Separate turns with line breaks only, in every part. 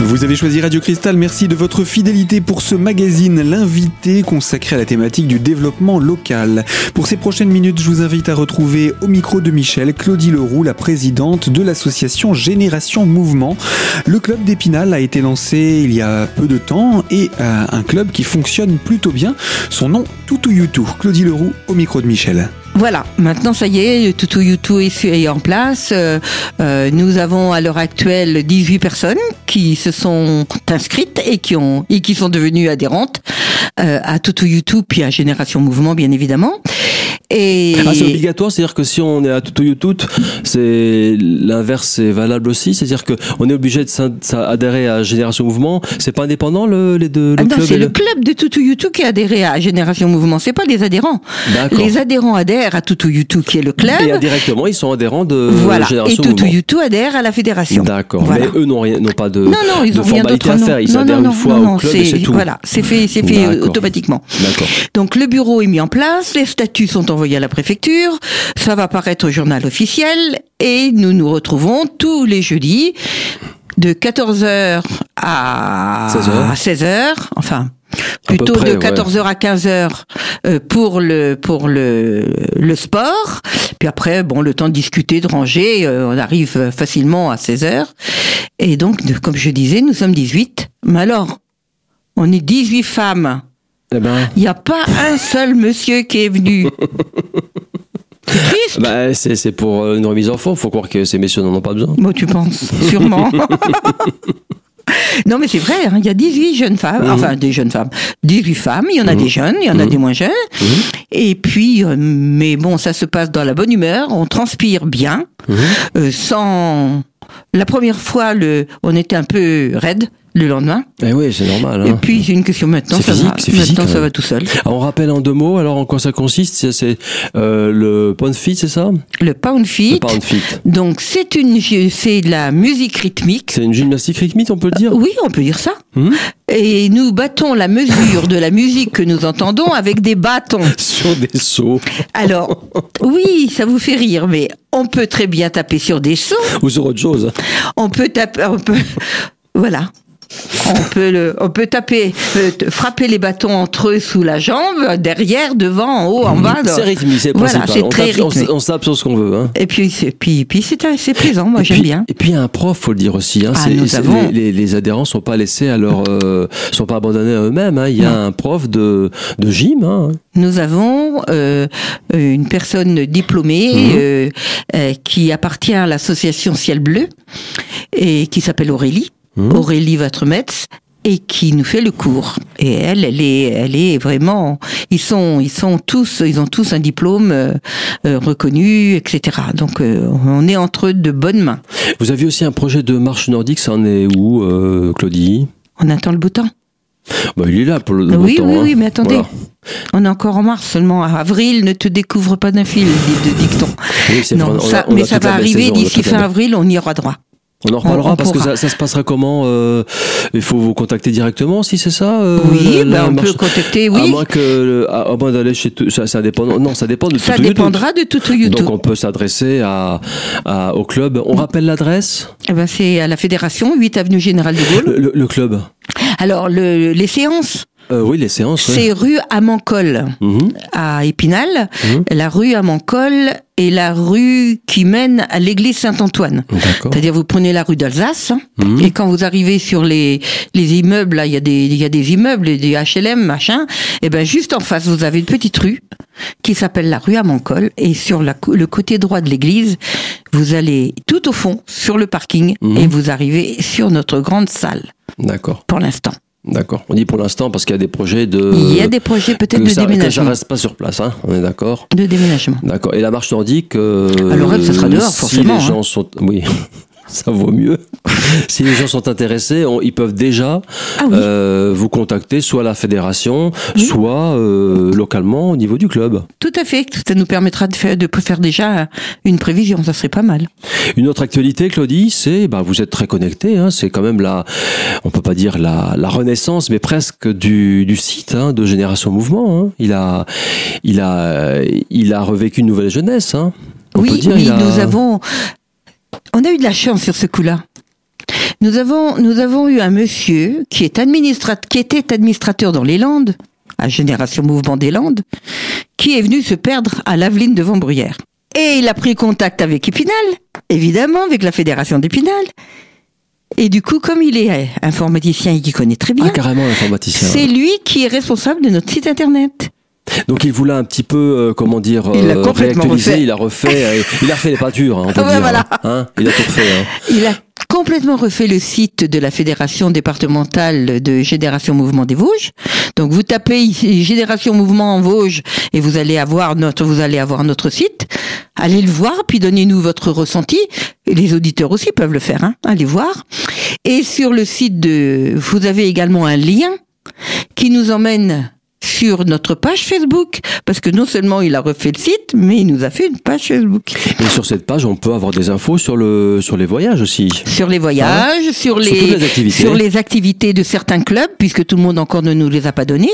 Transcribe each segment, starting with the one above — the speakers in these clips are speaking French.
Vous avez choisi Radio Cristal, merci de votre fidélité pour ce magazine, l'invité consacré à la thématique du développement local. Pour ces prochaines minutes, je vous invite à retrouver au micro de Michel Claudie Leroux, la présidente de l'association Génération Mouvement. Le club d'Épinal a été lancé il y a peu de temps et euh, un club qui fonctionne plutôt bien. Son nom, Toutou Youtou. Claudie Leroux au micro de Michel.
Voilà, maintenant ça y est, Toutou Youtou est, est en place. Euh, euh, nous avons à l'heure actuelle 18 personnes qui se sont inscrites et qui ont et qui sont devenues adhérentes euh, à Toutou Youtou puis à Génération Mouvement bien évidemment. Et
Ah, c'est obligatoire, c'est-à-dire que si on est à tout tout, c'est l'inverse est valable aussi, c'est-à-dire que on est obligé de s'in- s'adhérer à Génération Mouvement. C'est pas indépendant le, les deux le
Ah non,
club.
c'est
et
le club de Toutou Youtou qui a adhéré à Génération Mouvement, c'est pas les adhérents.
D'accord.
Les adhérents adhèrent à Toutou Youtou qui est le
Et
club.
indirectement, ils sont adhérents de
voilà, et
Génération
Toutou
Mouvement.
Youtou adhère à la fédération.
D'accord,
Voilà.
mais eux n'ont rien, n'ont pas de,
Non, non, ils
de
ont rien
formalité
d'autre.
à
non.
faire. Ils
non,
s'adhèrent
non,
une
non,
fois
non, non,
au club et c'est tout.
Voilà, c'est fait, c'est fait euh,
D'accord.
automatiquement.
D'accord.
Donc le bureau est mis en place, les statuts sont envoyés à la préfecture, ça va apparaître au journal officiel et nous nous retrouvons tous les jeudis de 14h à
16h.
16h, enfin plutôt
peu près,
de
ouais.
14h à 15h euh, pour le pour le le sport, puis après bon le temps de discuter, de ranger, euh, on arrive facilement à 16h et donc de- comme je disais, nous sommes 18. Mais alors on est 18 femmes
Eh ben,
il n'y a pas un seul monsieur qui est venu. C'est triste.
bah, c'est, c'est pour euh, une remise en forme. Faut croire que ces messieurs n'en ont pas besoin.
Moi, tu penses, sûrement. Non mais c'est vrai, hein, il y a 18 jeunes femmes,
Mhm.
enfin des jeunes femmes, 18 femmes, il y en a des jeunes, il y en a des moins jeunes.
Mhm.
Et puis, euh, mais bon, ça se passe dans la bonne humeur, on transpire bien,
Mhm.
euh, sans... La première fois, le... on était un peu raide le lendemain,
Eh oui, c'est normal.
et
hein.
puis c'est une question maintenant,
C'est
ça,
physique,
va.
c'est physique,
maintenant
quand
ça
même.
va tout seul.
Ah, On rappelle en deux mots, alors en quoi ça consiste C'est, c'est, euh, le pound fit, c'est ça
Le pound feet,
Le pound fit.
Donc c'est une c'est de la musique rythmique.
C'est une gymnastique rythmique, on peut le dire
Oui, on peut dire ça.
Hmm
Et nous battons la mesure de la musique que nous entendons avec des bâtons.
Sur des sauts
Alors, oui, ça vous fait rire, mais on peut très bien taper sur des sons.
ou sur autre chose.
On peut taper, on peut, voilà. On peut le, on peut taper, euh, t- frapper les bâtons entre eux sous la jambe, derrière, devant, en haut, en bas.
Hmm. C'est rythmique, c'est le
Voilà,
principal.
c'est
on,
très
tape, on,
rythmé.
s- on se tape sur ce qu'on veut. Hein.
Et puis, c'est, puis, puis c'est, c'est plaisant. Moi,
Et
j'aime
puis-
bien.
Et puis il y a un prof, faut le dire aussi. Hein,
Ah,
c'est-
nous
c'est-
avons-
Les, les, les adhérents sont pas laissés à leur, euh, sont pas abandonnés à eux-mêmes. hein. Il y a un prof de, de gym. Hein.
Nous avons euh, une personne diplômée
Mhm.
euh, euh, qui appartient à l'association Ciel Bleu et qui s'appelle Aurélie,
Mhm.
Aurélie Vatremetz, et qui nous fait le cours. Et elle, elle est, elle est vraiment. Ils sont, ils sont tous, ils ont tous un diplôme euh, euh, reconnu, etc. Donc euh, on est entre de bonnes mains.
Vous aviez aussi un projet de marche nordique. Ça en est où, euh, Claudie
On attend le beau temps.
bah, Il est là pour le beau
oui,
temps,
oui,
hein.
oui, mais attendez.
Voilà.
On est encore en mars seulement. À avril, ne te découvre pas d'un fil, dit le dicton.
Oui, c'est vrai,
Non,
on a-
ça,
on a
mais
toute
ça
la
va
belle
arriver
saison, on a
d'ici
toute la
fin
belle-
avril, on y aura droit.
On en reparlera
Euh, on
parce que
pourra.
ça, ça se passera comment euh, Il faut vous contacter directement si c'est ça euh,
oui,
la
ben, on peut
marche-
contacter,
À
oui.
moins que, le- à, à moins d'aller chez, tout- ça, ça dépend. Non, ça dépend de tout.
Ça
tout- tout.
dépendra de tout YouTube.
Donc on peut s'adresser à, à- au club. On rappelle l'adresse
Eh ben, c'est à la Fédération, 8 Avenue Générale de Gaulle.
le, le- le club
Alors, le, les séances,
Euh, Oui, les séances. oui.
c'est rue Amancol,
Mhm.
à Épinal,
Mmh.
la rue Amancol et la rue qui mène à l'église Saint-Antoine.
D'accord. Mhm.
C'est-à-dire, vous prenez la rue d'Alsace, hein, et quand vous arrivez sur les, les immeubles, là, il y a des, il y a des immeubles, des HLM, machin, et ben, juste en face, vous avez une petite rue qui s'appelle la rue à Mancol, et sur la, cou- le côté droit de l'église, vous allez tout au fond, sur le parking,
Mhm.
et vous arrivez sur notre grande salle,
D'accord,
pour l'instant.
d'accord. On dit pour l'instant parce qu'il y a des projets de.
il y a des projets peut-être
Euh, que
de
ça, Que ça
déménagement.
reste pas sur place, hein. On est d'accord.
De déménagement.
D'accord. Et la marche nordique. euh,
Alors, elle, Ah, ça sera dehors,
si
forcément,
les
hein.
gens sont, oui, ça vaut mieux. si les gens sont intéressés, on- ils peuvent déjà
Ah oui.
euh, vous contacter, soit à la fédération,
Oui.
soit euh, localement au niveau du club.
Tout à fait, ça nous permettra de faire, de faire déjà une prévision, ça serait pas mal.
Une autre actualité, Claudie, c'est bah vous êtes très connecté. Hein, c'est quand même la, on peut pas dire la, la renaissance, mais presque du, du site hein, de Génération Mouvement. hein. Il a, il a, il a revécu une nouvelle jeunesse. Hein. On peut
Oui,
dire,
oui,
il a-
nous avons. On a eu de la chance sur ce coup-là. Nous avons, nous avons eu un monsieur qui, est administrat- qui était administrateur dans les Landes, à Génération Mouvement des Landes, qui est venu se perdre à l'Aveline de Vambruyère. Et il a pris contact avec Épinal, évidemment, avec la Fédération d'Épinal. Et du coup, comme il est informaticien et qu'il connaît très bien,
Ah, carrément informaticien.
c'est lui qui est responsable de notre site internet.
Donc il voulait un petit peu, euh, comment dire,
Il l'a
euh,
complètement
réactualiser,
refait.
il a refait, euh, il a refait les peintures, hein, on peut
Ah ouais,
dire,
voilà.
hein. il a tout refait. hein.
Il a complètement refait le site de la Fédération départementale de Génération Mouvement des Vosges. Donc vous tapez ici Génération Mouvement en Vosges et vous allez avoir notre vous allez avoir notre site. Allez le voir puis donnez-nous votre ressenti. Et les auditeurs aussi peuvent le faire hein. Allez voir. Et sur le site de vous avez également un lien qui nous emmène sur notre page Facebook parce que non seulement il a refait le site mais il nous a fait une page Facebook
Et sur cette page, on peut avoir des infos sur le sur les voyages aussi.
sur les voyages, sur
Sur toutes
les,
les activités.
sur les activités de certains clubs, puisque tout le monde encore ne nous les a pas données,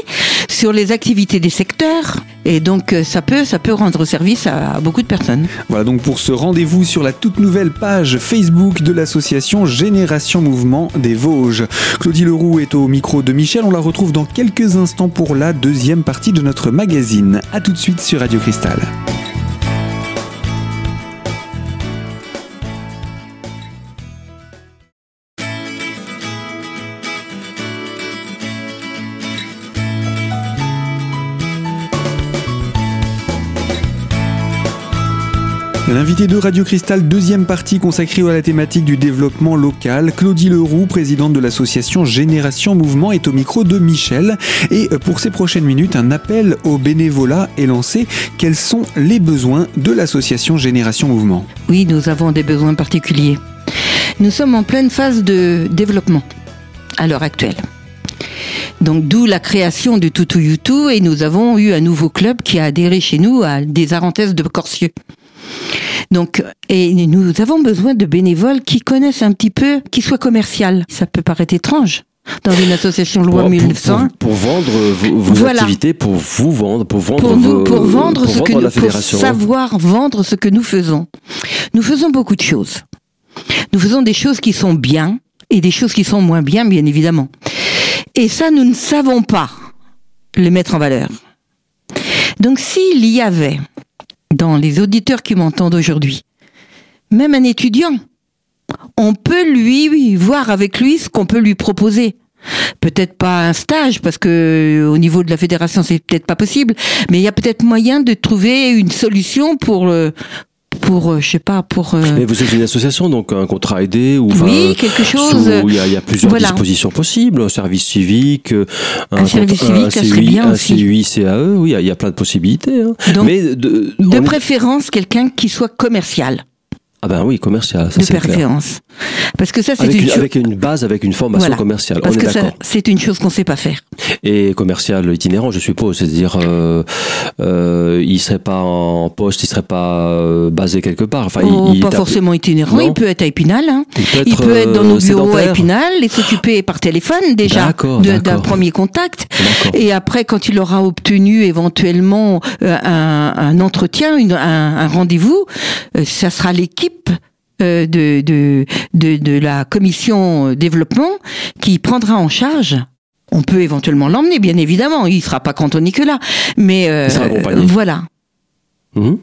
sur les activités des secteurs. Et donc euh, ça peut, ça peut rendre service à, à beaucoup de personnes.
Voilà donc pour ce rendez-vous sur la toute nouvelle page Facebook de l'association Génération Mouvement des Vosges. Claudie Leroux est au micro de Michel, on la retrouve dans quelques instants pour la deuxième partie de notre magazine. A tout de suite sur Radio Cristal. L'invité de Radio Cristal, deuxième partie consacrée à la thématique du développement local. Claudie Leroux, présidente de l'association Génération Mouvement, est au micro de Michel. Et pour ces prochaines minutes, un appel au bénévolat est lancé. Quels sont les besoins de l'association Génération Mouvement
Oui, nous avons des besoins particuliers. Nous sommes en pleine phase de développement à l'heure actuelle. Donc d'où la création du Toutou Youtou et nous avons eu un nouveau club qui a adhéré chez nous à des Arentaises de Corsieux. Donc et nous avons besoin de bénévoles qui connaissent un petit peu, qui soient commerciales. Ça peut paraître étrange dans une association loi
Pour- pour-
1901
pour, pour vendre vos, vos
Voilà.
activités, pour vous vendre, pour vendre
pour, vous,
vos-
pour vendre
pour
ce que
vendre
nous,
la
pour
fédération.
savoir vendre ce que nous faisons. Nous faisons beaucoup de choses. Nous faisons des choses qui sont bien et des choses qui sont moins bien, bien évidemment. Et ça, nous ne savons pas les mettre en valeur. Donc s'il y avait, dans les auditeurs qui m'entendent aujourd'hui, même un étudiant, on peut lui voir avec lui ce qu'on peut lui proposer. Peut-être pas un stage parce que euh, au niveau de la fédération c'est peut-être pas possible, mais il y a peut-être moyen de trouver une solution pour euh, pour euh, je sais pas pour euh,
Mais vous êtes une association, donc un contrat aidé ou enfin,
oui
euh,
quelque chose.
sous- il y, a- il y a plusieurs
voilà.
dispositions possibles, un service civique, euh,
Un service
contra-
civique, ça serait bien
un
aussi.
CUI, CAE, oui, il y a- il y, a plein de possibilités. hein.
Donc,
Mais de,
De
on-
préférence quelqu'un qui soit commercial.
ah ben oui, commercial, ça
de
c'est clair.
préférence. Parce que ça c'est
Avec
une
une,
chose.
avec une base, avec une formation
Voilà.
commerciale,
Parce
on
que
est
ça,
d'accord.
c'est une chose qu'on sait pas faire.
Et commercial itinérant, je suppose, c'est-à-dire euh, euh, il serait pas en poste, il serait pas euh, basé quelque part. Enfin, il-
Oh,
il,
pas
tape-
forcément itinérant.
Non.
Il peut être à Épinal. hein.
Il peut être,
Il peut être dans nos
euh,
bureaux à
sédentaire.
Épinal et s'occuper par téléphone déjà
D'accord,
de- d'un
d'accord.
premier contact.
D'accord.
Et après, quand il aura obtenu éventuellement euh, un, un entretien, une- un, un rendez-vous, euh, ça sera l'équipe euh, de, de, de, de la commission euh, développement qui prendra en charge. On peut éventuellement l'emmener, bien évidemment. Il sera pas cantonné que là, mais euh,
Il sera accompagné.
voilà.
Mhm.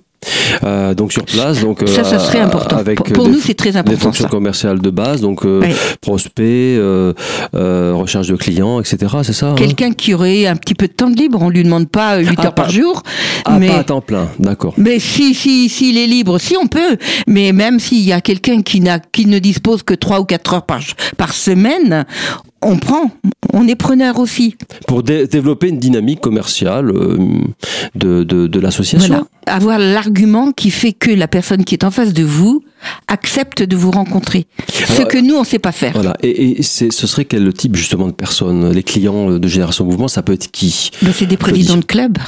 Euh, donc sur place, donc
ça, ça
euh,
serait important.
Avec
pour
euh,
Ah, pour
des,
nous, c'est très
des
important
fonctions
ça.
commerciales de base, donc euh,
Ouais.
prospect, euh, euh, recherche de clients, etc. C'est ça. hein
Quelqu'un qui aurait un petit peu de temps de libre, on lui demande pas 8
Ah,
heures par
pas-
jour,
ah,
mais
pas à temps plein, d'accord.
mais si si s'il est libre, si on peut, mais même s'il y a quelqu'un qui n'a qui ne dispose que 3 ou 4 heures par par semaine, on prend, on est preneur aussi.
Pour dé- développer une dynamique commerciale euh, de, de, de l'association.
Voilà, avoir l'argument qui fait que la personne qui est en face de vous accepte de vous rencontrer. Ce
Alors,
que nous on sait pas faire.
Voilà. Et, et c'est- ce serait quel type justement de personnes Les clients euh, de Génération Mouvement, ça peut être qui
Ben, c'est des présidents de club.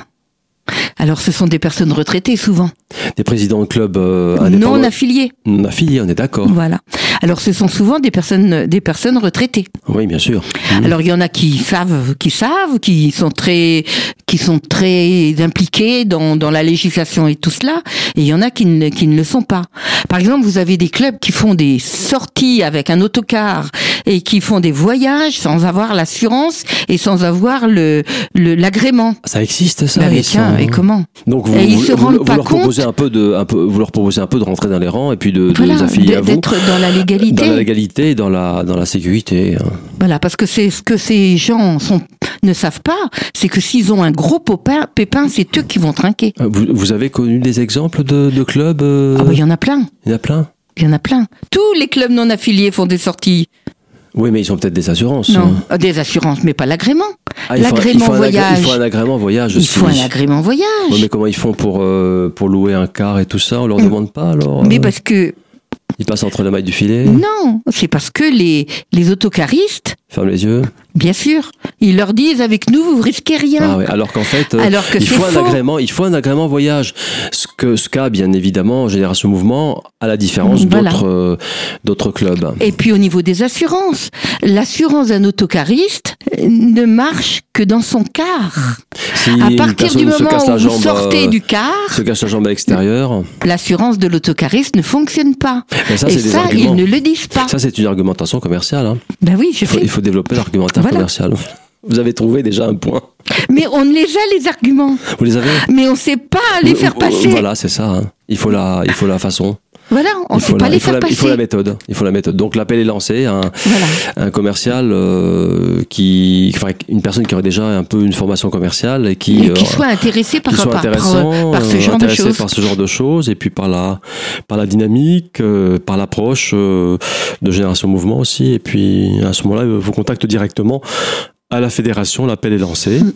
Alors ce sont des personnes retraitées souvent,
Des présidents de clubs euh,
non
indépendants
affiliées.
Non affiliés, on est d'accord.
Voilà. Alors, ce sont souvent des personnes, des personnes retraitées.
Oui, bien sûr.
Mm. Alors il y en a qui savent, qui savent, qui sont très, qui sont très impliqués dans, dans la législation et tout cela, et il y en a qui ne, qui ne le sont pas. Par exemple, vous avez des clubs qui font des sorties avec un autocar et qui font des voyages sans avoir l'assurance et sans avoir le le- l'agrément.
Ça existe, ça
Bah, mais
ils
tiens,
sont-
et comment
Donc vous,
Et ils
vous-
se
vous-
rendent
vous
pas
leur proposez un peu de, un peu, vous leur proposez un peu de rentrer dans les rangs et puis de, de
Voilà,
les affilier
d-
à vous
d'être dans la
dans
légalité.
la légalité, et dans la dans la sécurité. hein.
Voilà, parce que c'est ce que ces gens sont, ne savent pas, c'est que s'ils ont un gros popin- pépin, c'est eux qui vont trinquer.
Euh, Vous, vous avez connu des exemples de, de clubs euh,
Ah bah, il y en a plein.
Il y en a plein.
Il y en a plein. Tous les clubs non affiliés font des sorties.
Oui, mais ils ont peut-être des assurances.
Non,
hein.
Ah, des assurances, mais pas l'agrément.
Ah, il faut- il
L'agrément
faut un agré-
voyage.
Il faut un agrément voyage.
Il
aussi.
faut un agrément voyage.
Ouais, mais comment ils font pour, euh, pour louer un car et tout ça On leur
Mm.
demande pas alors
Mais
euh,
parce Mm. que
Ils passent entre la maille du filet,
non, c'est parce que les les autocaristes,
ferment les yeux.
bien sûr, ils leur disent avec nous vous risquez rien.
Ah ouais, Alors qu'en fait, euh,
Alors que
il
c'est
faut un
faux.
agrément, il faut un agrément voyage. Ce que ce qu'a bien évidemment Génération Mouvement, à la différence
Voilà.
d'autres euh, d'autres clubs.
Et puis au niveau des assurances, l'assurance d'un autocariste euh, ne marche que dans son car.
Si
À
une
partir
personne
du
se
moment
casse
où
la
vous
jambe,
sortez
euh,
du car,
se casse la jambe à l'extérieur,
l'assurance de l'autocariste ne fonctionne pas.
ben ça
Et
c'est des
ça, ils
arguments.
ne le disent pas.
Ça c'est une argumentation commerciale. hein.
Ben oui, je
Il faut,
sais.
il faut développer l'argumentaire
Voilà.
commercial. Vous avez trouvé déjà un point.
Mais on les a les arguments.
Vous les avez
Mais on ne sait pas les
Vous-
faire
vous-
passer. Voilà,
oh, Voilà, c'est ça. hein. Il faut la, il faut la façon.
on ne
il
sait
faut
pas
la,
les
il faut
faire
la- il faut
passer.
la méthode. Il faut la méthode. Donc l'appel est lancé. Un,
Voilà.
un commercial euh, qui, enfin, une personne qui aurait déjà un peu une formation commerciale et qui,
Et
euh,
qu'ils soient intéressés par,
qui soit
par, par,
intéressant,
par ce
euh,
genre de
intéressé
choses.
par ce genre de choses et puis par la, par la dynamique, euh, par l'approche euh, de Génération Mouvement aussi. Et puis à ce moment-là, vous contacte directement à la fédération. L'appel est lancé,
Mm.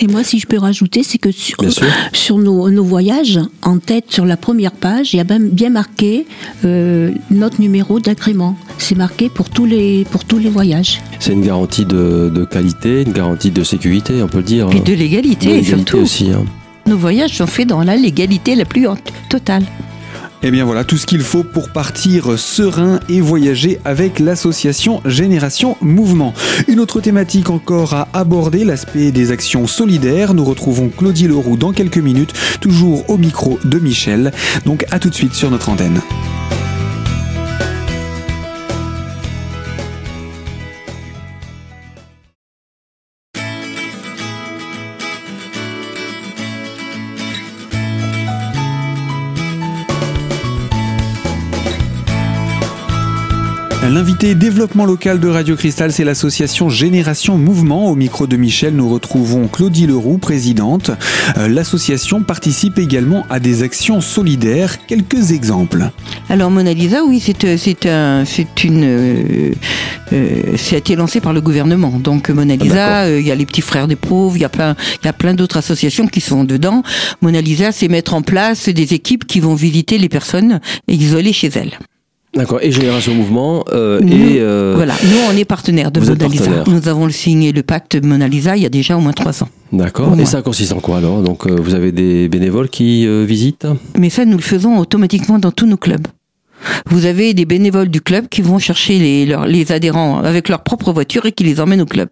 Et moi, si je peux rajouter, c'est que sur,
bien sûr.
sur nos, nos voyages, en tête, sur la première page, il y a même bien marqué euh, notre numéro d'agrément. C'est marqué pour tous les, pour tous les voyages.
C'est une garantie de, de qualité, une garantie de sécurité, on peut le dire.
Puis de
De
l'égalité, et
l'égalité
surtout.
aussi. hein.
Nos voyages sont faits dans la légalité la plus haute- totale.
Eh bien voilà, tout ce qu'il faut pour partir serein et voyager avec l'association Génération Mouvement. Une autre thématique encore à aborder, l'aspect des actions solidaires. Nous retrouvons Claudie Leroux dans quelques minutes, toujours au micro de Michel. Donc à tout de suite sur notre antenne. L'invité développement local de Radio Cristal, c'est l'association Génération Mouvement. Au micro de Michel, nous retrouvons Claudie Leroux, présidente. Euh, L'association participe également à des actions solidaires. Quelques exemples.
Alors Mona Lisa, oui, c'est euh, c'est un, c'est une, euh, euh, ça a été lancé par le gouvernement. Donc euh, Mona
Ah,
Lisa, euh, il y a les petits frères des pauvres, il y a plein, il y a plein d'autres associations qui sont dedans. Mona Lisa, c'est mettre en place des équipes qui vont visiter les personnes isolées chez elles.
D'accord. Et Génération Mouvement euh,
Nous,
et euh,
Voilà. Nous, on est partenaire de
vous êtes
Mona Lisa.
partenaire.
Nous avons signé le pacte Mona Lisa il y a déjà au moins trois ans. Au
D'accord.
moins.
Et ça consiste en quoi alors Donc euh, vous avez des bénévoles qui euh, visitent
Mais ça, nous le faisons automatiquement dans tous nos clubs. Vous avez des bénévoles du club qui vont chercher les, leurs- les adhérents avec leur propre voiture et qui les emmènent au club,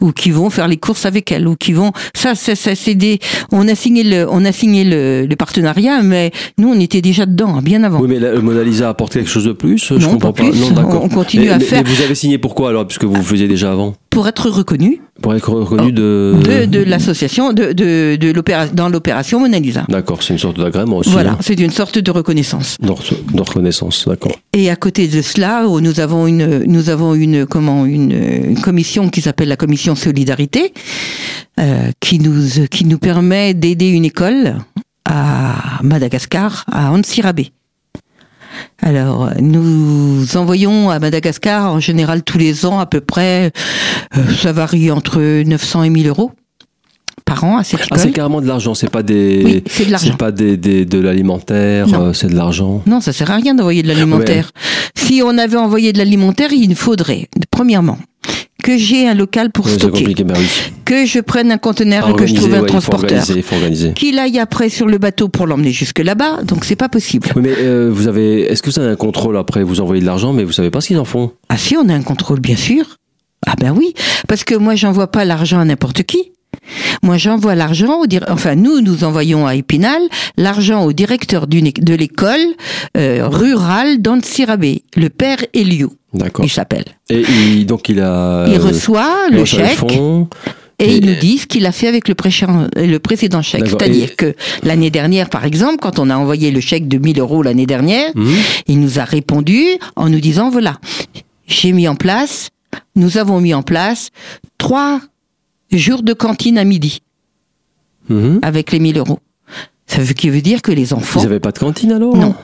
ou qui vont faire les courses avec elles, ou qui vont ça, ça, ça c'est des. On a signé le, on a signé le, le partenariat, mais nous on était déjà dedans hein, bien avant.
Oui, mais la, euh, Mona Lisa apporte quelque chose de plus Je
Non,
comprends
pas
pas.
plus.
Non, d'accord.
On continue
Mais-
à
mais-
faire.
mais vous avez signé pourquoi alors Puisque vous le faisiez déjà avant
Pour être reconnu
Pour être reconnu de.
Oh, de, de l'association, de, de, de l'opéra, dans l'opération Mona Lisa.
D'accord. C'est une sorte d'agrément aussi.
Voilà,
hein,
c'est une sorte de reconnaissance.
de re- de reconnaissance, d'accord.
Et à côté de cela, oh, nous avons une, nous avons une, comment, une, euh, une commission qui s'appelle la commission solidarité, euh, qui nous, euh, qui nous permet d'aider une école à Madagascar, à Antsirabé. Alors, nous envoyons à Madagascar en général tous les ans à peu près, euh, ça varie entre 900 et 1000 euros par an à cette
Ah, c'est
école.
carrément de l'argent. C'est pas des.
oui, c'est de l'argent.
C'est pas des, des- de l'alimentaire,
Non.
euh, c'est de l'argent.
Non, ça sert à rien d'envoyer de l'alimentaire. Si on avait envoyé de l'alimentaire, il faudrait, premièrement, que j'ai un local pour
C'est
stocker,
compliqué, bah oui.
que je prenne un conteneur et que je
Organiser,
trouve un
ouais, il faut
transporteur,
organiser, il faut organiser.
qu'il aille après sur le bateau pour l'emmener jusque là-bas, donc c'est pas possible.
Oui, mais euh, vous avez, est-ce que vous avez un contrôle après Vous envoyez de l'argent, mais vous savez pas ce qu'ils en font.
Ah si, on a un contrôle, bien sûr. Ah ben oui, parce que moi, j'envoie pas l'argent à n'importe qui. Moi, j'envoie l'argent au dir- enfin nous, nous envoyons à Épinal l'argent au directeur d'une é- de l'école euh, rurale d'Antsirabé, le père Elio,
D'accord.
il s'appelle.
Et il- donc il a.
il
euh,
reçoit
il
le
reçoit les
chèque
fonds.
et,
et-
il nous dit ce qu'il a fait avec le, préchan- le précédent chèque.
D'accord,
C'est-à-dire
et-
que l'année dernière, par exemple, quand on a envoyé le chèque de 1000 euros l'année dernière,
Hmm.
il nous a répondu en nous disant voilà, j'ai mis en place, nous avons mis en place trois jours de cantine à midi
Mhm.
avec les 1000 euros. Ça veut, qui veut dire que les enfants,
Ils n'avaient pas de cantine alors hein
Non.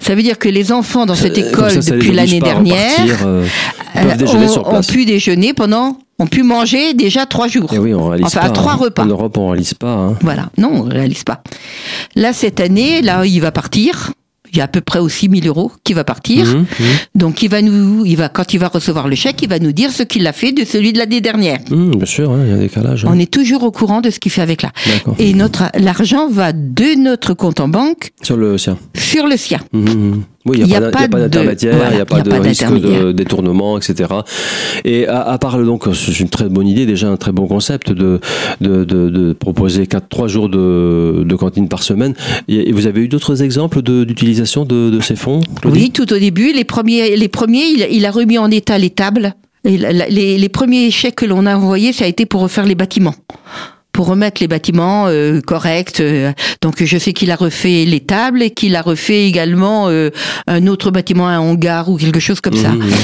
ça veut dire que les enfants dans cette
Euh, comme
école
ça, ça les
depuis
oblige
l'année
pas à
dernière
repartir, euh, ils
euh,
peuvent déjeuner
ont,
sur
ont
place.
pu déjeuner pendant, ont pu manger déjà trois jours.
Eh oui, on réalise
Enfin,
pas.
à trois
hein.
repas.
En Europe, on réalise pas. hein.
Voilà, non, on réalise pas. Là, cette année, là, il va partir. Il y a à peu près aussi 1000 euros qui va partir.
Mhm,
Donc, il va nous, il va, quand il va recevoir le chèque, il va nous dire ce qu'il a fait de celui de l'année dernière.
mhm. Mhm, bien sûr, hein, il y a un décalage. hein.
Mmh. On est toujours au courant de ce qu'il fait avec là.
D'accord.
Et notre, l'argent va de notre compte en banque
Sur le sien.
sur le sien.
Mhm, mhm. Oui, il n'y a, pas d'in- il y a pas
de-
d'intermédiaire,
voilà,
il n'y a pas de risque de
d'intermédiaire.
détournement, etc. Et à, à part le- donc, c'est une très bonne idée, déjà un très bon concept de, de, de, de proposer quatre trois jours de, de cantine par semaine. Et, et vous avez eu d'autres exemples de- d'utilisation de, de ces fonds Claudie
Oui, tout au début, les premiers, les premiers, il, il a remis en état les tables. Et la- la- les, les premiers chèques que l'on a envoyés, ça a été pour refaire les bâtiments. Pour remettre les bâtiments euh, corrects. euh. donc je sais qu'il a refait les tables et qu'il a refait également euh, un autre bâtiment, un hangar ou quelque chose comme ça.
Mhm, mhm.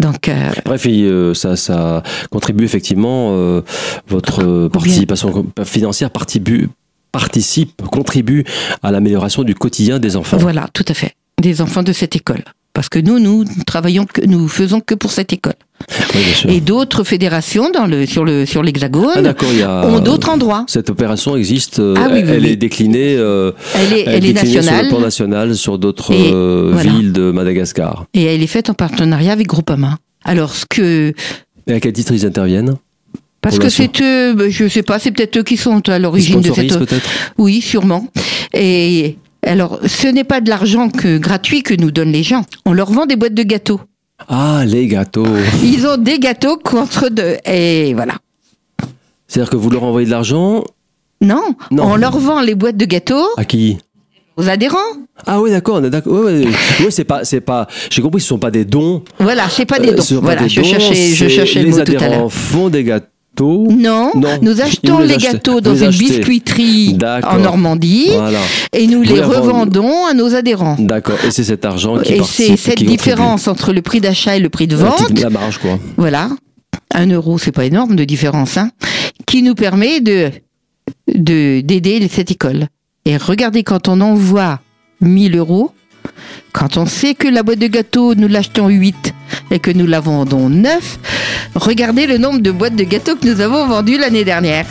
Donc euh,
Bref, il, euh, ça, ça contribue effectivement, euh, votre euh, participation co- financière participe, participe, contribue à l'amélioration du quotidien des enfants.
Voilà, tout à fait. Des enfants de cette école. Parce que nous, nous travaillons, que, nous faisons que pour cette école.
Oui, bien sûr.
Et d'autres fédérations dans le, sur le, sur
Ah,
l'Hexagone
d'accord, il y a...
ont d'autres endroits.
Cette opération existe, euh,
Ah oui, oui,
elle
oui.
est déclinée, euh,
Elle est, elle est
déclinée sur
nationale
le plan national, sur d'autres
Et
euh,
voilà.
villes de Madagascar.
et elle est faite en partenariat avec Groupama. Alors ce que,
Et à quel titre ils interviennent
parce que
Relation.
c'est eux, ben, je sais pas, c'est peut-être eux qui sont à
Ils
l'origine de cette.
sponsorisent peut-être
Oui, sûrement. Et alors, ce n'est pas de l'argent que gratuit que nous donnent les gens. On leur vend des boîtes de gâteaux.
Ah, les gâteaux
Ils ont des gâteaux contre deux. Et voilà.
C'est-à-dire que vous leur envoyez de l'argent
Non,
Non.
on leur vend les boîtes de gâteaux
à qui
aux adhérents.
Ah oui, d'accord, on est d'accord. Oui, c'est pas, c'est pas. J'ai compris, ce sont pas des dons.
Voilà, c'est pas des
Euh,
dons.
ce sont pas
voilà,
des
je
dons,
cherchais, je
c'est
cherchais le
les
mot tout à
adhérents
l'heure.
font des gâteaux.
Non,
Non,
nous
vous
achetons
les
les
achetez.
gâteaux
Vous
dans
les
une
achetez.
biscuiterie
D'accord.
en Normandie
Voilà,
et nous
Vous
les
la vendez.
revendons à nos adhérents.
d'accord. Et c'est cet argent qui
Et
participe,
c'est cette
qui contribue.
différence entre le prix d'achat et le prix de
La
vente,
petite- la marge, quoi.
voilà, un euro, c'est pas énorme de différence, hein, qui nous permet de de d'aider cette école. Et regardez, quand on envoie 1000 euros, quand on sait que la boîte de gâteaux, nous l'achetons 8 et que nous la vendons 9, regardez le nombre de boîtes de gâteaux que nous avons vendues l'année dernière.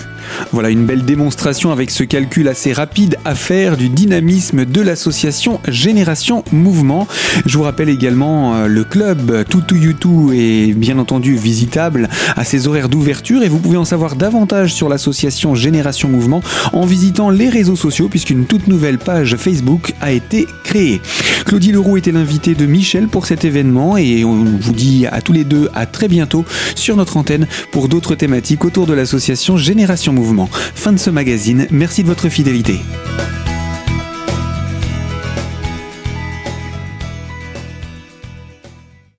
Voilà une belle démonstration avec ce calcul assez rapide à faire du dynamisme de l'association Génération Mouvement. Je vous rappelle également euh, le club Toutoutou est bien entendu visitable à ses horaires d'ouverture et vous pouvez en savoir davantage sur l'association Génération Mouvement en visitant les réseaux sociaux puisqu'une toute nouvelle page Facebook a été créée. Claudie Leroux était l'invitée de Michel pour cet événement et on vous dit à tous les deux à très bientôt sur notre antenne pour d'autres thématiques autour de l'association Génération Mouvement. Fin de ce magazine, merci de votre fidélité.